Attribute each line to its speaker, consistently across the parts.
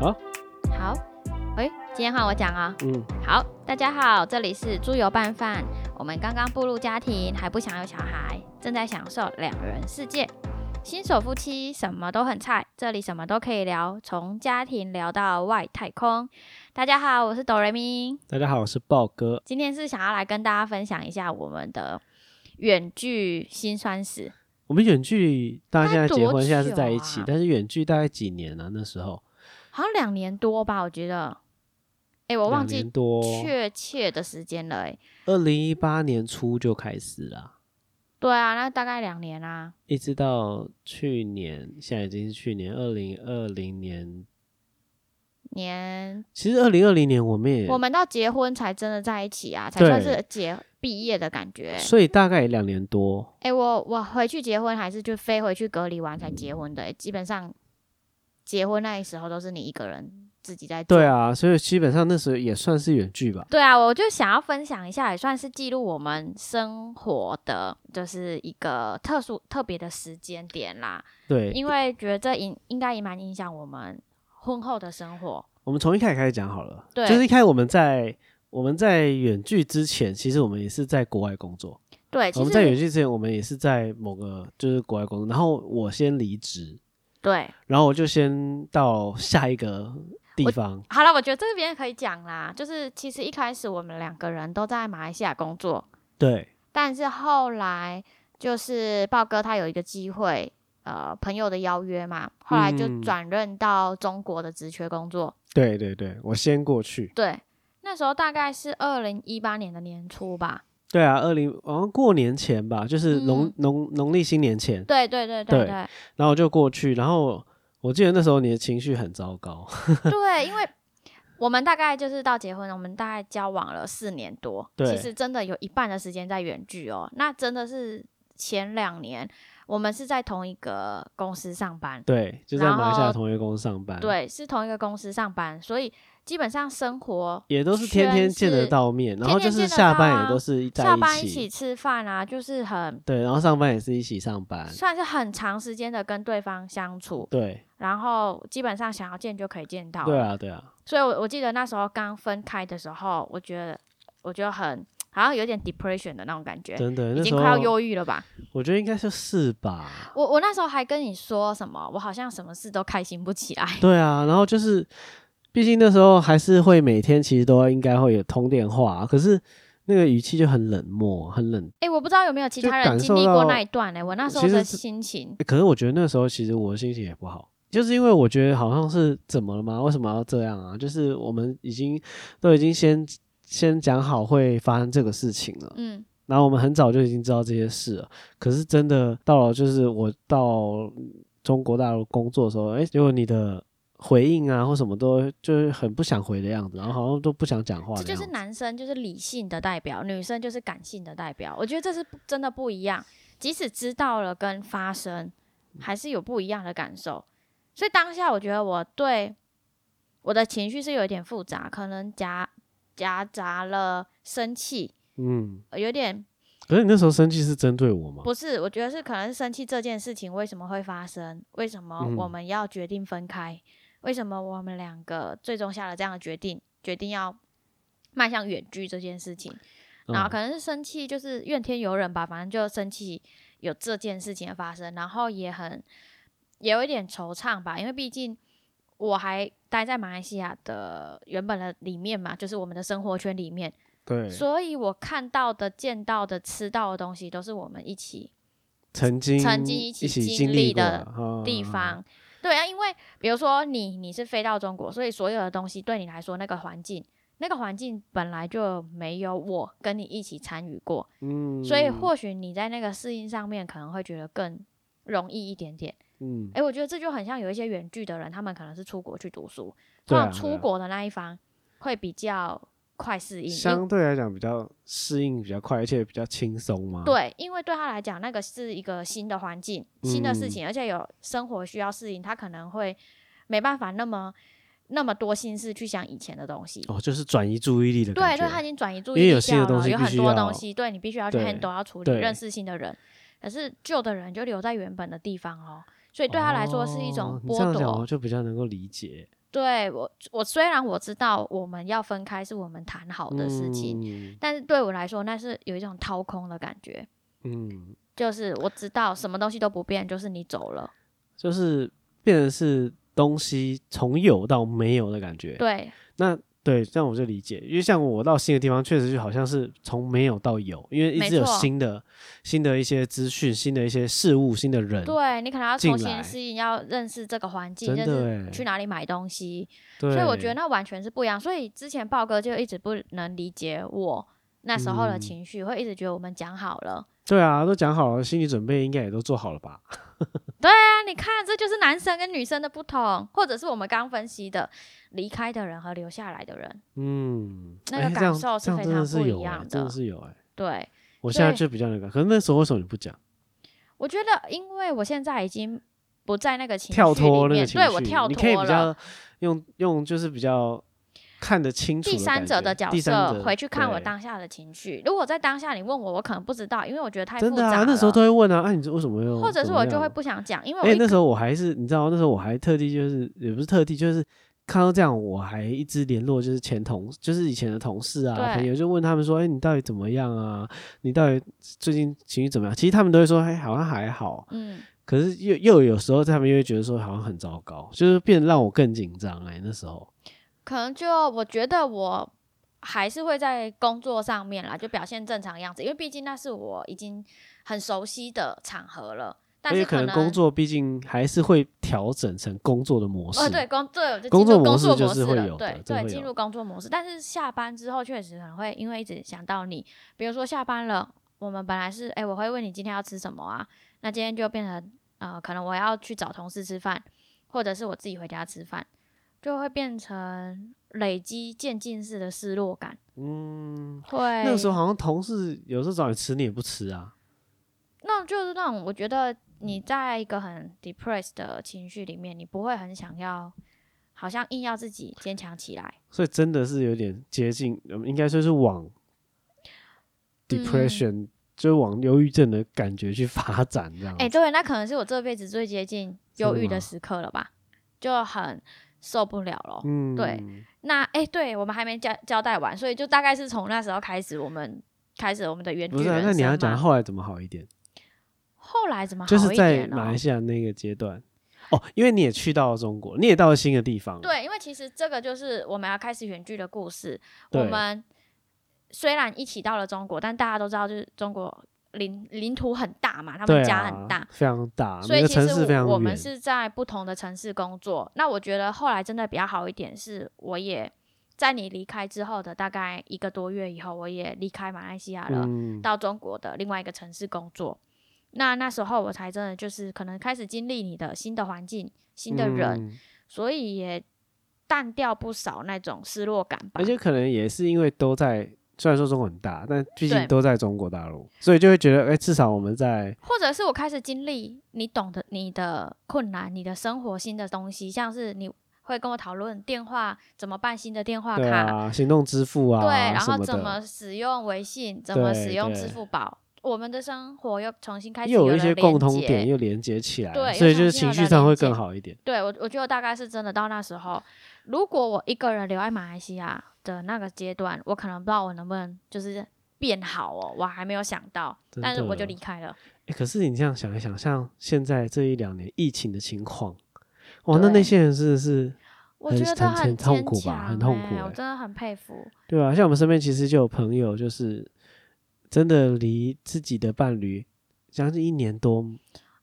Speaker 1: 啊？
Speaker 2: 好，喂，今天换我讲啊、
Speaker 1: 嗯，
Speaker 2: 好，大家好，这里是猪油拌饭。我们刚刚步入家庭，还不想有小孩，正在享受两人世界。新手夫妻什么都很菜，这里什么都可以聊，从家庭聊到外太空。大家好，我是哆瑞咪。
Speaker 1: 大家好，我是豹哥。
Speaker 2: 今天是想要来跟大家分享一下我们的远距辛酸史。
Speaker 1: 我们远距，大家现在结
Speaker 2: 大概多
Speaker 1: 婚，
Speaker 2: 久
Speaker 1: 现在是在一起，
Speaker 2: 啊
Speaker 1: 但是远距大概几年啊？那时候
Speaker 2: 好像两年多吧，我觉得。哎、我忘
Speaker 1: 两
Speaker 2: 记
Speaker 1: 年多，
Speaker 2: 确切的时间了、哎，
Speaker 1: 二零一八年初就开始啦，
Speaker 2: 对啊，那大概两年啊啦、
Speaker 1: 一直到去年，现在已经是去年二零二零年。
Speaker 2: 年
Speaker 1: 其实二零二零年我们也，
Speaker 2: 我们到结婚才真的在一起啊，才
Speaker 1: 对
Speaker 2: 算是结毕业的感觉、
Speaker 1: 所以大概也两年多，
Speaker 2: 哎、我我回去结婚还是就飞回去隔离完才结婚的、哎基本上结婚那时候都是你一个人自己在做。
Speaker 1: 对啊，所以基本上那时候也算是远距吧。
Speaker 2: 对啊，我就想要分享一下，也算是记录我们生活的，就是一个特殊特别的时间点啦。
Speaker 1: 对，
Speaker 2: 因为觉得这影应该也蛮影响我们婚后的生活。
Speaker 1: 我们从一开始开始讲好了，
Speaker 2: 对
Speaker 1: 就是一开始我们在我们在远距之前，其实我们也是在国外工作。
Speaker 2: 对，其
Speaker 1: 我们在远
Speaker 2: 实
Speaker 1: 距之前，我们也是在某个就是国外工作，然后我先离职，
Speaker 2: 对，
Speaker 1: 然后我就先到下一个地
Speaker 2: 我
Speaker 1: 方。
Speaker 2: 好了，我觉得这边可以讲啦，就是其实一开始我们两个人都在马来西亚工作，
Speaker 1: 对
Speaker 2: 但是后来就是豹哥他有一个机会。呃，朋友的邀约嘛，后来就
Speaker 1: 嗯
Speaker 2: 转任到中国的职缺工作。
Speaker 1: 对对对，我先过去。
Speaker 2: 对，那时候大概是二零一八年的年初吧。
Speaker 1: 对啊，二零好像过年前吧，就是农、
Speaker 2: 嗯
Speaker 1: 农农历新年前，
Speaker 2: 对对对
Speaker 1: 对
Speaker 2: 对
Speaker 1: 然后我就过去，然后我记得那时候你的情绪很糟糕。
Speaker 2: 对，因为我们大概就是到结婚，我们大概交往了四年多，
Speaker 1: 对
Speaker 2: 其实真的有一半的时间在远距哦。那真的是前两年我们是在同一个公司上班，
Speaker 1: 对，就在马来西亚
Speaker 2: 然后
Speaker 1: 同一个公司上班。。
Speaker 2: 对，是同一个公司上班，所以基本上生活。
Speaker 1: 也都是天天见得到面，然后就
Speaker 2: 天
Speaker 1: 是
Speaker 2: 天见得
Speaker 1: 下
Speaker 2: 到
Speaker 1: 班
Speaker 2: 啊
Speaker 1: 也都是在
Speaker 2: 下班一起吃饭啊，就是很
Speaker 1: 对，然后上班也是一起上班，
Speaker 2: 算是很长时间的跟对方相处，
Speaker 1: 对，
Speaker 2: 然后基本上想要见就可以见到。
Speaker 1: 对啊，对啊，
Speaker 2: 所以我我记得那时候刚分开的时候，我觉得我就很好像有点 depression 的那种感觉，
Speaker 1: 真的，
Speaker 2: 已
Speaker 1: 那时
Speaker 2: 经快要
Speaker 1: 候
Speaker 2: 忧郁了吧？
Speaker 1: 我觉得应该就是吧，
Speaker 2: 我我那时候还跟你说什么，我好像什么事都开心不起来。
Speaker 1: 对啊，然后就是，毕竟那时候还是会每天其实都应该会有通电话，啊可是那个语气就很冷漠，很冷。
Speaker 2: 哎、我不知道有没有其
Speaker 1: 就
Speaker 2: 他
Speaker 1: 感
Speaker 2: 人经
Speaker 1: 受
Speaker 2: 历过
Speaker 1: 到
Speaker 2: 那一段呢、我那时候
Speaker 1: 其实
Speaker 2: 的
Speaker 1: 是
Speaker 2: 心情，
Speaker 1: 可是我觉得那时候其实我的心情也不好。就是因为我觉得好像是怎么了吗？为什么要这样啊？就是我们已经都已经先先讲好会发生这个事情了，
Speaker 2: 嗯，
Speaker 1: 然后我们很早就已经知道这些事了，可是真的到了就是我到中国大陆工作的时候，哎，结果你的回应啊或什么都就是很不想回的样子，然后好像都不想讲话
Speaker 2: 这
Speaker 1: 的
Speaker 2: 就
Speaker 1: 样子
Speaker 2: 是。男生就是理性的代表，女生就是感性的代表。我觉得这是不真的不一样，即使知道了跟发生，还是有不一样的感受。所以当下我觉得我对我的情绪是有一点复杂，可能夹夹杂了生气，
Speaker 1: 嗯，
Speaker 2: 呃有点
Speaker 1: 可是你那时候生气是针对我吗？
Speaker 2: 不是，我觉得是可能是生气这件事情为什么会发生，为什么
Speaker 1: 嗯
Speaker 2: 我们要决定分开，为什么我们两个最终下了这样的决定，决定要迈向远距这件事情。然后
Speaker 1: 嗯
Speaker 2: 可能是生气，就是怨天尤人吧，反正就生气有这件事情的发生，然后也很也有一点惆怅吧，因为毕竟我还待在马来西亚的原本的里面嘛，就是我们的生活圈里面，
Speaker 1: 对，
Speaker 2: 所以我看到的、见到的、吃到的东西，都是我们一起
Speaker 1: 曾经
Speaker 2: 曾经
Speaker 1: 一
Speaker 2: 一起经
Speaker 1: 经
Speaker 2: 历
Speaker 1: 过
Speaker 2: 的
Speaker 1: 啊
Speaker 2: 地
Speaker 1: 啊啊
Speaker 2: 方。对啊，因为比如说你你是飞到中国，所以所有的东西对你来说，那个环境，那个环境本来就没有我跟你一起参与过，
Speaker 1: 嗯，
Speaker 2: 所以或许你在那个适应上面可能会觉得更容易一点点。
Speaker 1: 嗯
Speaker 2: 诶，我觉得这就很像有一些远距的人，他们可能是出国去读书，
Speaker 1: 对
Speaker 2: 通
Speaker 1: 啊
Speaker 2: 常
Speaker 1: 对
Speaker 2: 出
Speaker 1: 啊
Speaker 2: 国的那一方会比较快适应，因
Speaker 1: 相对来讲比较适应比较快，而且比较轻松嘛。，
Speaker 2: 对，因为对他来讲，那个是一个新的环境、新的事
Speaker 1: 嗯
Speaker 2: 情，而且有生活需要适应，他可能会没办法那么那么多心思去想以前的东西。
Speaker 1: 哦，就是转移注意力的
Speaker 2: 对，
Speaker 1: 感
Speaker 2: 对
Speaker 1: 觉。
Speaker 2: 他已经转移注
Speaker 1: 因
Speaker 2: 意
Speaker 1: 为
Speaker 2: 力
Speaker 1: 有新
Speaker 2: 掉
Speaker 1: 的东
Speaker 2: 了，
Speaker 1: 西
Speaker 2: 有
Speaker 1: 必
Speaker 2: 很
Speaker 1: 须
Speaker 2: 多
Speaker 1: 要
Speaker 2: 东西，对你必须要去
Speaker 1: 对
Speaker 2: handle 要处理
Speaker 1: 对
Speaker 2: 认识新的人，可是旧的人就留在原本的地方哦，所以对他来说是一种
Speaker 1: 哦你这
Speaker 2: 剥
Speaker 1: 样讲
Speaker 2: 夺。
Speaker 1: 我就比较能够理解。
Speaker 2: 对我，我虽然我知道我们要分开是我们谈好的事情，
Speaker 1: 情，
Speaker 2: 但是对我来说那是有一种掏空的感觉，
Speaker 1: 嗯，
Speaker 2: 就是我知道什么东西都不变，就是你走了，
Speaker 1: 就是变成是东西从有到没有的感觉。
Speaker 2: 对
Speaker 1: 那对，这样我就理解，因为像我到新的地方，确实就好像是从没有到有，因为一
Speaker 2: 没
Speaker 1: 直有
Speaker 2: 错
Speaker 1: 新的、新的一些资讯、新的一些事物、新的人，
Speaker 2: 对，你可能要
Speaker 1: 嗯进
Speaker 2: 重新
Speaker 1: 来
Speaker 2: 适应，要认识这个环境，
Speaker 1: 真
Speaker 2: 认
Speaker 1: 的
Speaker 2: 识
Speaker 1: 欸
Speaker 2: 去哪里买东西，
Speaker 1: 对，
Speaker 2: 所以我觉得那完全是不一样。所以之前豹哥就一直不能理解我那时候的
Speaker 1: 嗯
Speaker 2: 情绪，会一直觉得我们讲好了。
Speaker 1: 对啊，都讲好了，心理准备应该也都做好了吧？
Speaker 2: 那你看，这就是男生跟女生的不同，或者是我们刚分析的离开的人和留下来的人。
Speaker 1: 嗯，
Speaker 2: 那
Speaker 1: 哎
Speaker 2: 个
Speaker 1: 这
Speaker 2: 感
Speaker 1: 样
Speaker 2: 受是
Speaker 1: 这样
Speaker 2: 非
Speaker 1: 真
Speaker 2: 常
Speaker 1: 的是
Speaker 2: 不一
Speaker 1: 有欸
Speaker 2: 样
Speaker 1: 真
Speaker 2: 的
Speaker 1: 的是有哎、
Speaker 2: 对，
Speaker 1: 我
Speaker 2: 所
Speaker 1: 现在
Speaker 2: 以
Speaker 1: 就比较那个，可是那时候为什么你不讲？
Speaker 2: 我觉得，因为我现在已经不在那个情绪
Speaker 1: 跳脱
Speaker 2: 里
Speaker 1: 那个
Speaker 2: 面，
Speaker 1: 情绪，
Speaker 2: 对我跳
Speaker 1: 你可以
Speaker 2: 脱
Speaker 1: 比
Speaker 2: 了。
Speaker 1: 较用用就是比较看得清楚
Speaker 2: 第三者的
Speaker 1: 的感
Speaker 2: 角
Speaker 1: 觉第三
Speaker 2: 色
Speaker 1: 者
Speaker 2: 回去看我
Speaker 1: 对
Speaker 2: 当下的情绪，如果在当下你问我，我可能不知道，因为我觉得太
Speaker 1: 真
Speaker 2: 复
Speaker 1: 的
Speaker 2: 杂了。
Speaker 1: 啊，那时候都会问啊，啊你这为什么又
Speaker 2: 或者
Speaker 1: 怎
Speaker 2: 是
Speaker 1: 么
Speaker 2: 我就会
Speaker 1: 样
Speaker 2: 不想讲，因为我
Speaker 1: 哎、
Speaker 2: 一
Speaker 1: 那时候我还是你知道，那时候我还特地就是也不是特地，就是看到这样，我还一直联络就是前同，就是以前的同事啊
Speaker 2: 对
Speaker 1: 朋友，就问他们说，哎、你到底怎么样啊？你到底最近情绪怎么样？其实他们都会说，哎、好像还好。
Speaker 2: 嗯，
Speaker 1: 可是又又有时候他们又会觉得说好像很糟糕，就是变得让我更紧张哎，那时候
Speaker 2: 可能就我觉得我还是会在工作上面啦，就表现正常样子，因为毕竟那是我已经很熟悉的场合了。但
Speaker 1: 而
Speaker 2: 是
Speaker 1: 且可
Speaker 2: 能
Speaker 1: 工作毕竟还是会调整成工作的模式，
Speaker 2: 哦，对，工对，我就
Speaker 1: 工
Speaker 2: 进入
Speaker 1: 作模
Speaker 2: 工
Speaker 1: 式
Speaker 2: 作
Speaker 1: 就
Speaker 2: 模
Speaker 1: 是
Speaker 2: 式
Speaker 1: 会
Speaker 2: 了，
Speaker 1: 有的
Speaker 2: 对
Speaker 1: 真
Speaker 2: 对，
Speaker 1: 会
Speaker 2: 进
Speaker 1: 有
Speaker 2: 入工作模式。但是下班之后确实可能会因为一直想到你，比如说下班了，我们本来是哎、我会问你今天要吃什么啊，那今天就变成呃，可能我要去找同事吃饭，或者是我自己回家吃饭，就会变成累积渐进式的失落感。
Speaker 1: 嗯，
Speaker 2: 会
Speaker 1: 那个时候好像同事有时候找你吃，你也不吃啊，
Speaker 2: 那就是那种我觉得你在一个很 depressed 的情绪里面，你不会很想要，好像硬要自己坚强起来。
Speaker 1: 所以真的是有点接近，呃应该说是往
Speaker 2: 嗯
Speaker 1: depression、就是往忧郁症的感觉去发展这样子。
Speaker 2: 哎、对，那可能是我这辈子最接近
Speaker 1: 真
Speaker 2: 忧
Speaker 1: 的
Speaker 2: 郁的
Speaker 1: 吗
Speaker 2: 时刻了吧，就很受不了了。
Speaker 1: 嗯，
Speaker 2: 对，那哎、对我们还没交交代完，所以就大概是从那时候开始，我们开始我们的远距
Speaker 1: 不是、啊，
Speaker 2: 人
Speaker 1: 那你
Speaker 2: 生
Speaker 1: 要讲
Speaker 2: 嘛
Speaker 1: 后来怎么好一点，
Speaker 2: 后来怎么
Speaker 1: 就是
Speaker 2: 好一
Speaker 1: 在
Speaker 2: 点
Speaker 1: 马
Speaker 2: 哦
Speaker 1: 来西亚那个阶段。哦，因为你也去到了中国，你也到了新的地方，，
Speaker 2: 对，因为其实这个就是我们要开始远距的故事。
Speaker 1: 对
Speaker 2: 我们虽然一起到了中国，但大家都知道，就是中国领领土很大嘛，他
Speaker 1: 对
Speaker 2: 们
Speaker 1: 啊，
Speaker 2: 家很大，
Speaker 1: 非常大，
Speaker 2: 所
Speaker 1: 啊每
Speaker 2: 以
Speaker 1: 个
Speaker 2: 其
Speaker 1: 城
Speaker 2: 实
Speaker 1: 市非常
Speaker 2: 我我们
Speaker 1: 远
Speaker 2: 是在不同的城市工作。那我觉得后来真的比较好一点，是我也在你离开之后的大概一个多月以后，我也离开马来西亚了，
Speaker 1: 嗯，
Speaker 2: 到中国的另外一个城市工作。那那时候我才真的就是可能开始经历你的新的环境、新的人，
Speaker 1: 嗯
Speaker 2: 所以也淡掉不少那种失落感吧
Speaker 1: 而。且可能也是因为都在，虽然说中国很大，但毕
Speaker 2: 对
Speaker 1: 竟都在中国大陆，所以就会觉得，哎、至少我们在
Speaker 2: 或者是我开始经历，你懂得你的困难，你的生活新的东西，像是你会跟我讨论电话怎么办新的电话
Speaker 1: 对
Speaker 2: 卡，
Speaker 1: 啊，行动支付啊，
Speaker 2: 对，然
Speaker 1: 什
Speaker 2: 后
Speaker 1: 么
Speaker 2: 怎么
Speaker 1: 的，
Speaker 2: 使用微信，怎么使用
Speaker 1: 对
Speaker 2: 支付宝，我们的生活又重新开始
Speaker 1: 又有
Speaker 2: 了
Speaker 1: 一些
Speaker 2: 连
Speaker 1: 共同点
Speaker 2: 接。
Speaker 1: 又连接起来了，
Speaker 2: 对
Speaker 1: 所
Speaker 2: 又
Speaker 1: 以就是
Speaker 2: 重新有
Speaker 1: 情
Speaker 2: 了
Speaker 1: 绪上会
Speaker 2: 连接
Speaker 1: 更好一点。
Speaker 2: 对我，我觉得大概是真的到那时候，如果我一个人留在马来西亚的那个阶段，我可能不知道我能不能就是变好哦，我还没有想到，
Speaker 1: 真
Speaker 2: 但是我就
Speaker 1: 的
Speaker 2: 离开了。
Speaker 1: 哎、可是你这样想一想，像现在这一两年疫情的情况，哇，那
Speaker 2: 对
Speaker 1: 那些人真的是，
Speaker 2: 我
Speaker 1: 很
Speaker 2: 觉得
Speaker 1: 很
Speaker 2: 很
Speaker 1: 很痛
Speaker 2: 坚
Speaker 1: 苦吧
Speaker 2: 强
Speaker 1: 很痛
Speaker 2: 欸
Speaker 1: 苦
Speaker 2: 我
Speaker 1: 欸
Speaker 2: 真的很佩服。
Speaker 1: 对吧、像我们身边其实就有朋友，就是真的离自己的伴侣将近一年多，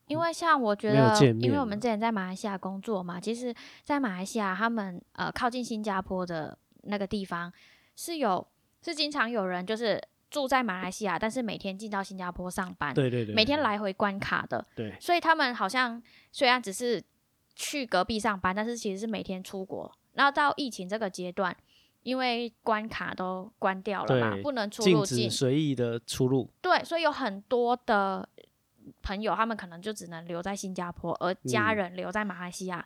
Speaker 2: 因为像我觉
Speaker 1: 没有
Speaker 2: 得，
Speaker 1: 见
Speaker 2: 因为
Speaker 1: 面
Speaker 2: 我们之前在马来西亚工作嘛，其实，在马来西亚他们呃靠近新加坡的那个地方是有是经常有人就是住在马来西亚，但是每天进到新加坡上班，
Speaker 1: 对对对，
Speaker 2: 哎每天，来回关卡的，
Speaker 1: 对，
Speaker 2: 所以他们好像虽然只是去隔壁上班，但是其实是每天出国。然后到疫情这个阶段，因为关卡都关掉了嘛
Speaker 1: 对，
Speaker 2: 不能出
Speaker 1: 禁
Speaker 2: 入
Speaker 1: 止
Speaker 2: 境，
Speaker 1: 随意的出入，
Speaker 2: 对，所以有很多的朋友，他们可能就只能留在新加坡，而家
Speaker 1: 嗯
Speaker 2: 人留在马来西亚。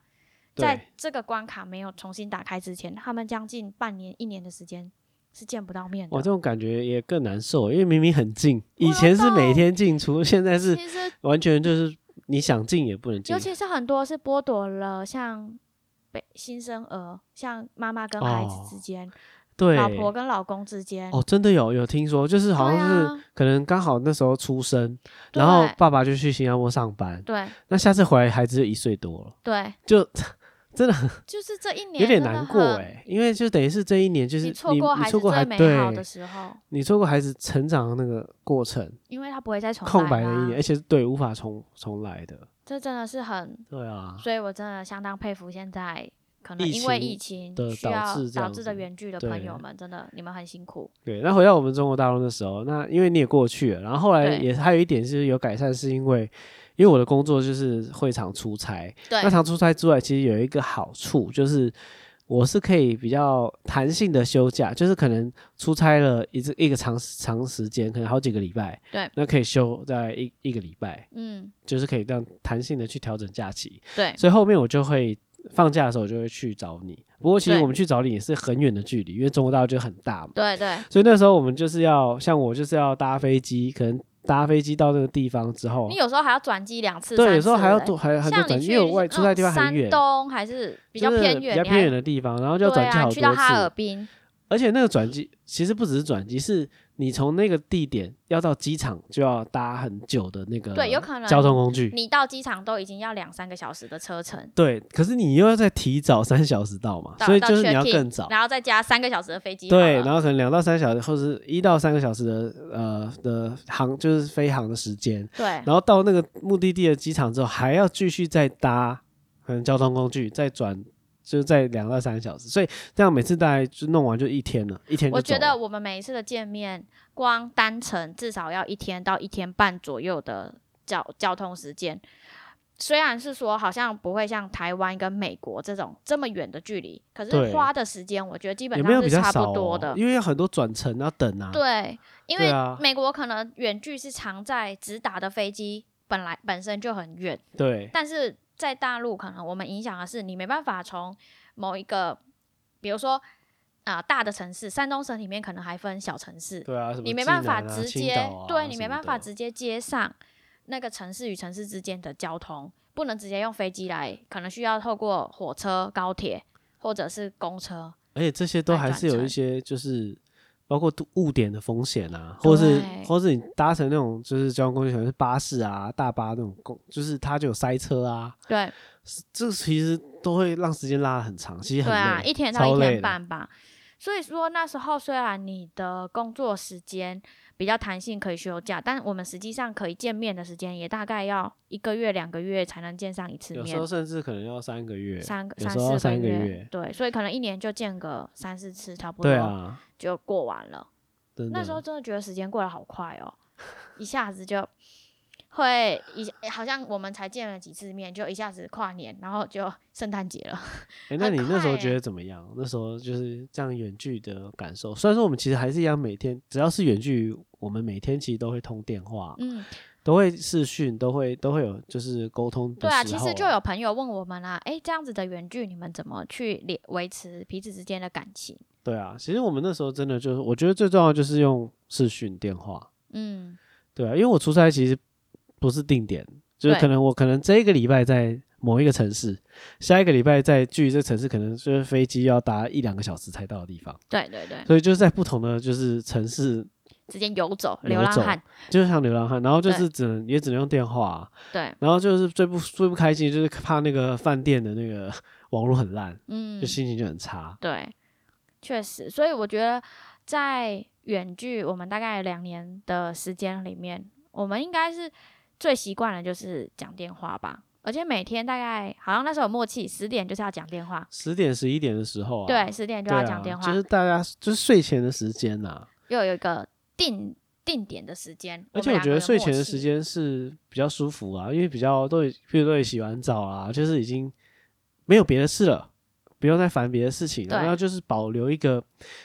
Speaker 1: 对
Speaker 2: 在这个关卡没有重新打开之前，他们将近半年、一年的时间是见不到面
Speaker 1: 我
Speaker 2: 的。
Speaker 1: 这种感觉也更难受，因为明明很近，以
Speaker 2: 我
Speaker 1: 前是
Speaker 2: 懂
Speaker 1: 每天进出，现在 是
Speaker 2: 其实，
Speaker 1: 完全就是你想进也不能进
Speaker 2: 尤。其是很多是剥夺了像被新生儿，像妈妈跟孩
Speaker 1: 哦
Speaker 2: 子之间，
Speaker 1: 对，
Speaker 2: 老婆跟老公之间，
Speaker 1: 哦，真的有有听说，就是好像
Speaker 2: 对
Speaker 1: 是、
Speaker 2: 啊
Speaker 1: 可能刚好那时候出生，
Speaker 2: 对
Speaker 1: 然后爸爸就去新加坡上班，
Speaker 2: 对
Speaker 1: 那下次回来孩子就一岁多了，
Speaker 2: 对，
Speaker 1: 就
Speaker 2: 就是这一年
Speaker 1: 有点
Speaker 2: 真的
Speaker 1: 难过
Speaker 2: 很
Speaker 1: 哎、因为就等于是这一年就是
Speaker 2: 你
Speaker 1: 你
Speaker 2: 错过
Speaker 1: 你
Speaker 2: 孩
Speaker 1: 错
Speaker 2: 子
Speaker 1: 过
Speaker 2: 最
Speaker 1: 孩
Speaker 2: 美好的
Speaker 1: 对，
Speaker 2: 时候，
Speaker 1: 你错过孩子成长的那个过程，
Speaker 2: 因为他不会再重
Speaker 1: 空
Speaker 2: 来
Speaker 1: 白的
Speaker 2: 啦
Speaker 1: 一年，而哎且是对无法重重来的，
Speaker 2: 这真的是很，
Speaker 1: 对啊，
Speaker 2: 所以我真的相当佩服现在可能
Speaker 1: 疫
Speaker 2: 因为疫
Speaker 1: 情
Speaker 2: 情
Speaker 1: 的
Speaker 2: 需
Speaker 1: 导
Speaker 2: 要
Speaker 1: 致这
Speaker 2: 导
Speaker 1: 样
Speaker 2: 致的
Speaker 1: 子
Speaker 2: 远距的
Speaker 1: 对
Speaker 2: 朋友们，真的你们很辛苦。
Speaker 1: 对。那回到我们中国大陆的时候，那因为你也过去了，然后后来
Speaker 2: 对
Speaker 1: 也还有一点是有改善，是因为因为我的工作就是会常出差，
Speaker 2: 对
Speaker 1: 那常出差之外，其实有一个好处就是，我是可以比较弹性的休假，就是可能出差了一次一个长时长时间，可能好几个礼拜，
Speaker 2: 对，
Speaker 1: 那可以休在一一个礼拜，
Speaker 2: 嗯，
Speaker 1: 就是可以这样弹性的去调整假期。
Speaker 2: 对
Speaker 1: 所以后面我就会放假的时候，我就会去找你。不过其实
Speaker 2: 对
Speaker 1: 我们去找你也是很远的距离，因为中国大陆就很大嘛，
Speaker 2: 对对
Speaker 1: 所以那时候我们就是要像我就是要搭飞机，可能搭飞机到那个地方之后
Speaker 2: 你。有时候还要转机两次，
Speaker 1: 哦对，
Speaker 2: 三
Speaker 1: 有时候
Speaker 2: 次
Speaker 1: 还要
Speaker 2: 嘞
Speaker 1: 多，还有很多
Speaker 2: 像
Speaker 1: 转
Speaker 2: 你
Speaker 1: 机，
Speaker 2: 去
Speaker 1: 因为我外出差的地方很远
Speaker 2: 山，东还是比较
Speaker 1: 就是
Speaker 2: 偏远，
Speaker 1: 比较
Speaker 2: 你
Speaker 1: 偏远
Speaker 2: 还
Speaker 1: 的地方，然后就要
Speaker 2: 对
Speaker 1: 转机
Speaker 2: 啊，
Speaker 1: 好
Speaker 2: 你去到
Speaker 1: 多
Speaker 2: 哈尔
Speaker 1: 次。
Speaker 2: 滨，
Speaker 1: 而且那个转机其实不只是转机，是你从那个地点要到机场就要搭很久的那个
Speaker 2: 对有可能
Speaker 1: 交通工具。
Speaker 2: 你到机场都已经要两三个小时的车程，
Speaker 1: 对，可是你又要再提早三小时到嘛，
Speaker 2: 到
Speaker 1: 所以
Speaker 2: 到
Speaker 1: 就是你要
Speaker 2: check-in，
Speaker 1: 更早。
Speaker 2: 然后再加三个小时的飞机好了，
Speaker 1: 对，然后可能两到三小时，或者是一到三个小时的呃的航，就是飞航的时间。
Speaker 2: 对
Speaker 1: 然后到那个目的地的机场之后，还要继续再搭可能交通工具，再转，就是再两到三小时。所以这样每次大概就弄完就一天了，一天就
Speaker 2: 我觉
Speaker 1: 走了
Speaker 2: 得我们每一次的见面，光单程至少要一天到一天半左右的交交通时间。虽然是说好像不会像台湾跟美国这种这么远的距离，可
Speaker 1: 对
Speaker 2: 是花的时间我觉得基本
Speaker 1: 也没有
Speaker 2: 上
Speaker 1: 比
Speaker 2: 是
Speaker 1: 较
Speaker 2: 差
Speaker 1: 少、
Speaker 2: 不
Speaker 1: 哦，
Speaker 2: 多的。
Speaker 1: 因为有很多转乘要等啊。
Speaker 2: 对，因
Speaker 1: 对
Speaker 2: 为
Speaker 1: 啊
Speaker 2: 美国可能远距是常在直达的飞机本来本身就很远，
Speaker 1: 对
Speaker 2: 但是在大陆可能我们影响的是你没办法从某一个，比如说啊、呃大的城市，山东省里面可能还分小城市，
Speaker 1: 对啊，什么
Speaker 2: 你没
Speaker 1: 济
Speaker 2: 办法
Speaker 1: 南啊
Speaker 2: 直
Speaker 1: 青
Speaker 2: 接，
Speaker 1: 岛啊
Speaker 2: 对你
Speaker 1: 什
Speaker 2: 没
Speaker 1: 么
Speaker 2: 办法
Speaker 1: 的
Speaker 2: 直接接上那个城市与城市之间的交通，不能直接用飞机来，可能需要透过火车、高铁或者是公车。
Speaker 1: 而且这些都
Speaker 2: 来
Speaker 1: 还
Speaker 2: 转
Speaker 1: 是有一
Speaker 2: 乘
Speaker 1: 些就是。包括度误点的风险啊，或是
Speaker 2: 对
Speaker 1: 或是你搭乘那种就是交通工具，可能是巴士啊、大巴那种公，就是它就有塞车啊，
Speaker 2: 对
Speaker 1: 这其实都会让时间拉得很长，其实很
Speaker 2: 对
Speaker 1: 累，
Speaker 2: 啊，一天到
Speaker 1: 超
Speaker 2: 一
Speaker 1: 累
Speaker 2: 天
Speaker 1: 的
Speaker 2: 半吧。所以说那时候虽然你的工作时间比较弹性，可以休假，但我们实际上可以见面的时间也大概要一个月、两个月才能见上一次
Speaker 1: 有时
Speaker 2: 面
Speaker 1: 候，甚至可能要三个月，
Speaker 2: 三个
Speaker 1: 有
Speaker 2: 三
Speaker 1: 时候要
Speaker 2: 四
Speaker 1: 三个
Speaker 2: 月
Speaker 1: 月，
Speaker 2: 对，所以可能一年就见个三四次，差不
Speaker 1: 对
Speaker 2: 多
Speaker 1: 啊，
Speaker 2: 就过完了。
Speaker 1: 真的
Speaker 2: 那时候真的觉得时间过得好快哦，一下子就会一好像我们才见了几次面，就一下子跨年，然后就圣诞节了。
Speaker 1: 哎、那
Speaker 2: 很
Speaker 1: 你那时候
Speaker 2: 快
Speaker 1: 觉
Speaker 2: 欸
Speaker 1: 得怎么样？那时候就是这样远距的感受。虽然说我们其实还是一样，每天只要是远距，我们每天其实都会通电话，
Speaker 2: 嗯，
Speaker 1: 都会视讯，都会都会有就是沟通的
Speaker 2: 对啊，
Speaker 1: 时
Speaker 2: 其
Speaker 1: 候
Speaker 2: 实就有朋友问我们啦、啊，诶，这样子的远距你们怎么去连维持彼此之间的感情？
Speaker 1: 对啊。其实我们那时候真的就是，我觉得最重要就是用视讯电话，
Speaker 2: 嗯，
Speaker 1: 对啊，因为我出差其实不是定点，就是
Speaker 2: 对
Speaker 1: 可能我可能这一个礼拜在某一个城市，下一个礼拜在距离这城市可能就是飞机要搭一两个小时才到的地方，
Speaker 2: 对对对，
Speaker 1: 所以就是在不同的就是城市
Speaker 2: 之间游走
Speaker 1: 游
Speaker 2: 流浪
Speaker 1: 走
Speaker 2: 汉，
Speaker 1: 就像流浪汉，然后就
Speaker 2: 对
Speaker 1: 是只能也只能用电话啊、
Speaker 2: 对，
Speaker 1: 然后就是最不最不开心的就是怕那个饭店的那个 网络很烂，
Speaker 2: 嗯
Speaker 1: 就，心情就很差。
Speaker 2: 对，确实，所以我觉得在远距，我们大概两年的时间里面，我们应该是最习惯的就是讲电话吧，而且每天大概好像那时候有默契，十点就是要讲电话，
Speaker 1: 十点十一点的时候啊，
Speaker 2: 对，十点就
Speaker 1: 对
Speaker 2: 要
Speaker 1: 啊，
Speaker 2: 讲电话，
Speaker 1: 就是大家就是睡前的时间呐、
Speaker 2: 又有一个定定点的时间，
Speaker 1: 而且我
Speaker 2: 们两
Speaker 1: 觉
Speaker 2: 个
Speaker 1: 得
Speaker 2: 人
Speaker 1: 睡
Speaker 2: 默
Speaker 1: 前的
Speaker 2: 契
Speaker 1: 时，间是比较舒服啊，因为比较都已，譬如都已洗完澡啊，就是已经没有别的事了，不用再烦别的事情了，
Speaker 2: 对
Speaker 1: 然后就是保留一个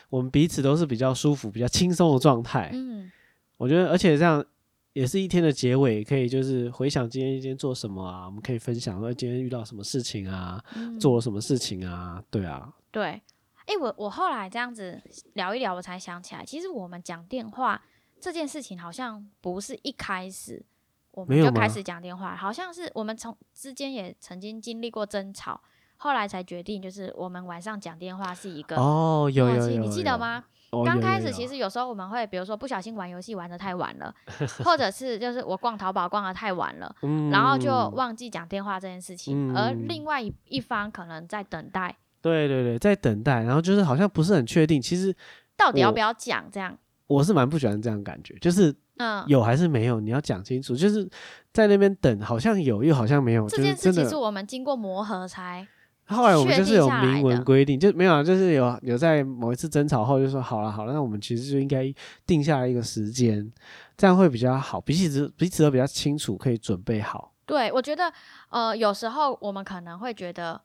Speaker 1: 我们彼此都是比较舒服、比较轻松的状态。
Speaker 2: 嗯，
Speaker 1: 我觉得，而且这样也是一天的结尾，可以就是回想今天一天做什么啊，我们可以分享说今天遇到什么事情啊，
Speaker 2: 嗯
Speaker 1: 做了什么事情啊，对啊，
Speaker 2: 对，哎，我我后来这样子聊一聊，我才想起来，其实我们讲电话这件事情，好像不是一开始我
Speaker 1: 没有
Speaker 2: 们就开
Speaker 1: 吗
Speaker 2: 始讲电话，好像是我们从之间也曾经经历过争吵，后来才决定，就是我们晚上讲电话是一个
Speaker 1: 哦，有
Speaker 2: 默
Speaker 1: 有有
Speaker 2: 契，你记得？吗？
Speaker 1: 有哦
Speaker 2: 刚
Speaker 1: 有
Speaker 2: 开
Speaker 1: 有
Speaker 2: 始
Speaker 1: 有
Speaker 2: 其实有时候我们会，比如说不小心玩游戏玩的太晚 了，或者是就是我逛淘宝逛的太晚了，然后就
Speaker 1: 嗯
Speaker 2: 忘记讲电话这件事情，而
Speaker 1: 嗯
Speaker 2: 另外一一方可能在等待
Speaker 1: 对对对，在等待，然后就是好像不是很确定。其实
Speaker 2: 到底要
Speaker 1: 我
Speaker 2: 不要讲这样。
Speaker 1: 我是蛮不喜欢这样的感觉，就是
Speaker 2: 嗯，
Speaker 1: 有还是没有，你要讲清楚。就是在那边等，好像有又好像没有，
Speaker 2: 这
Speaker 1: 就
Speaker 2: 件
Speaker 1: 是
Speaker 2: 事
Speaker 1: 真
Speaker 2: 情是
Speaker 1: 的。
Speaker 2: 我们经过磨合才
Speaker 1: 后来我们
Speaker 2: 确
Speaker 1: 就是
Speaker 2: 定
Speaker 1: 有
Speaker 2: 下来
Speaker 1: 明文
Speaker 2: 的
Speaker 1: 规定，就没有啊，就是有有在某一次争吵后就说好了好了，那我们其实就应该定下来一个时间，这样会比较好，彼此彼此都比较清楚，可以准备好。
Speaker 2: 对，我觉得，呃，有时候我们可能会觉得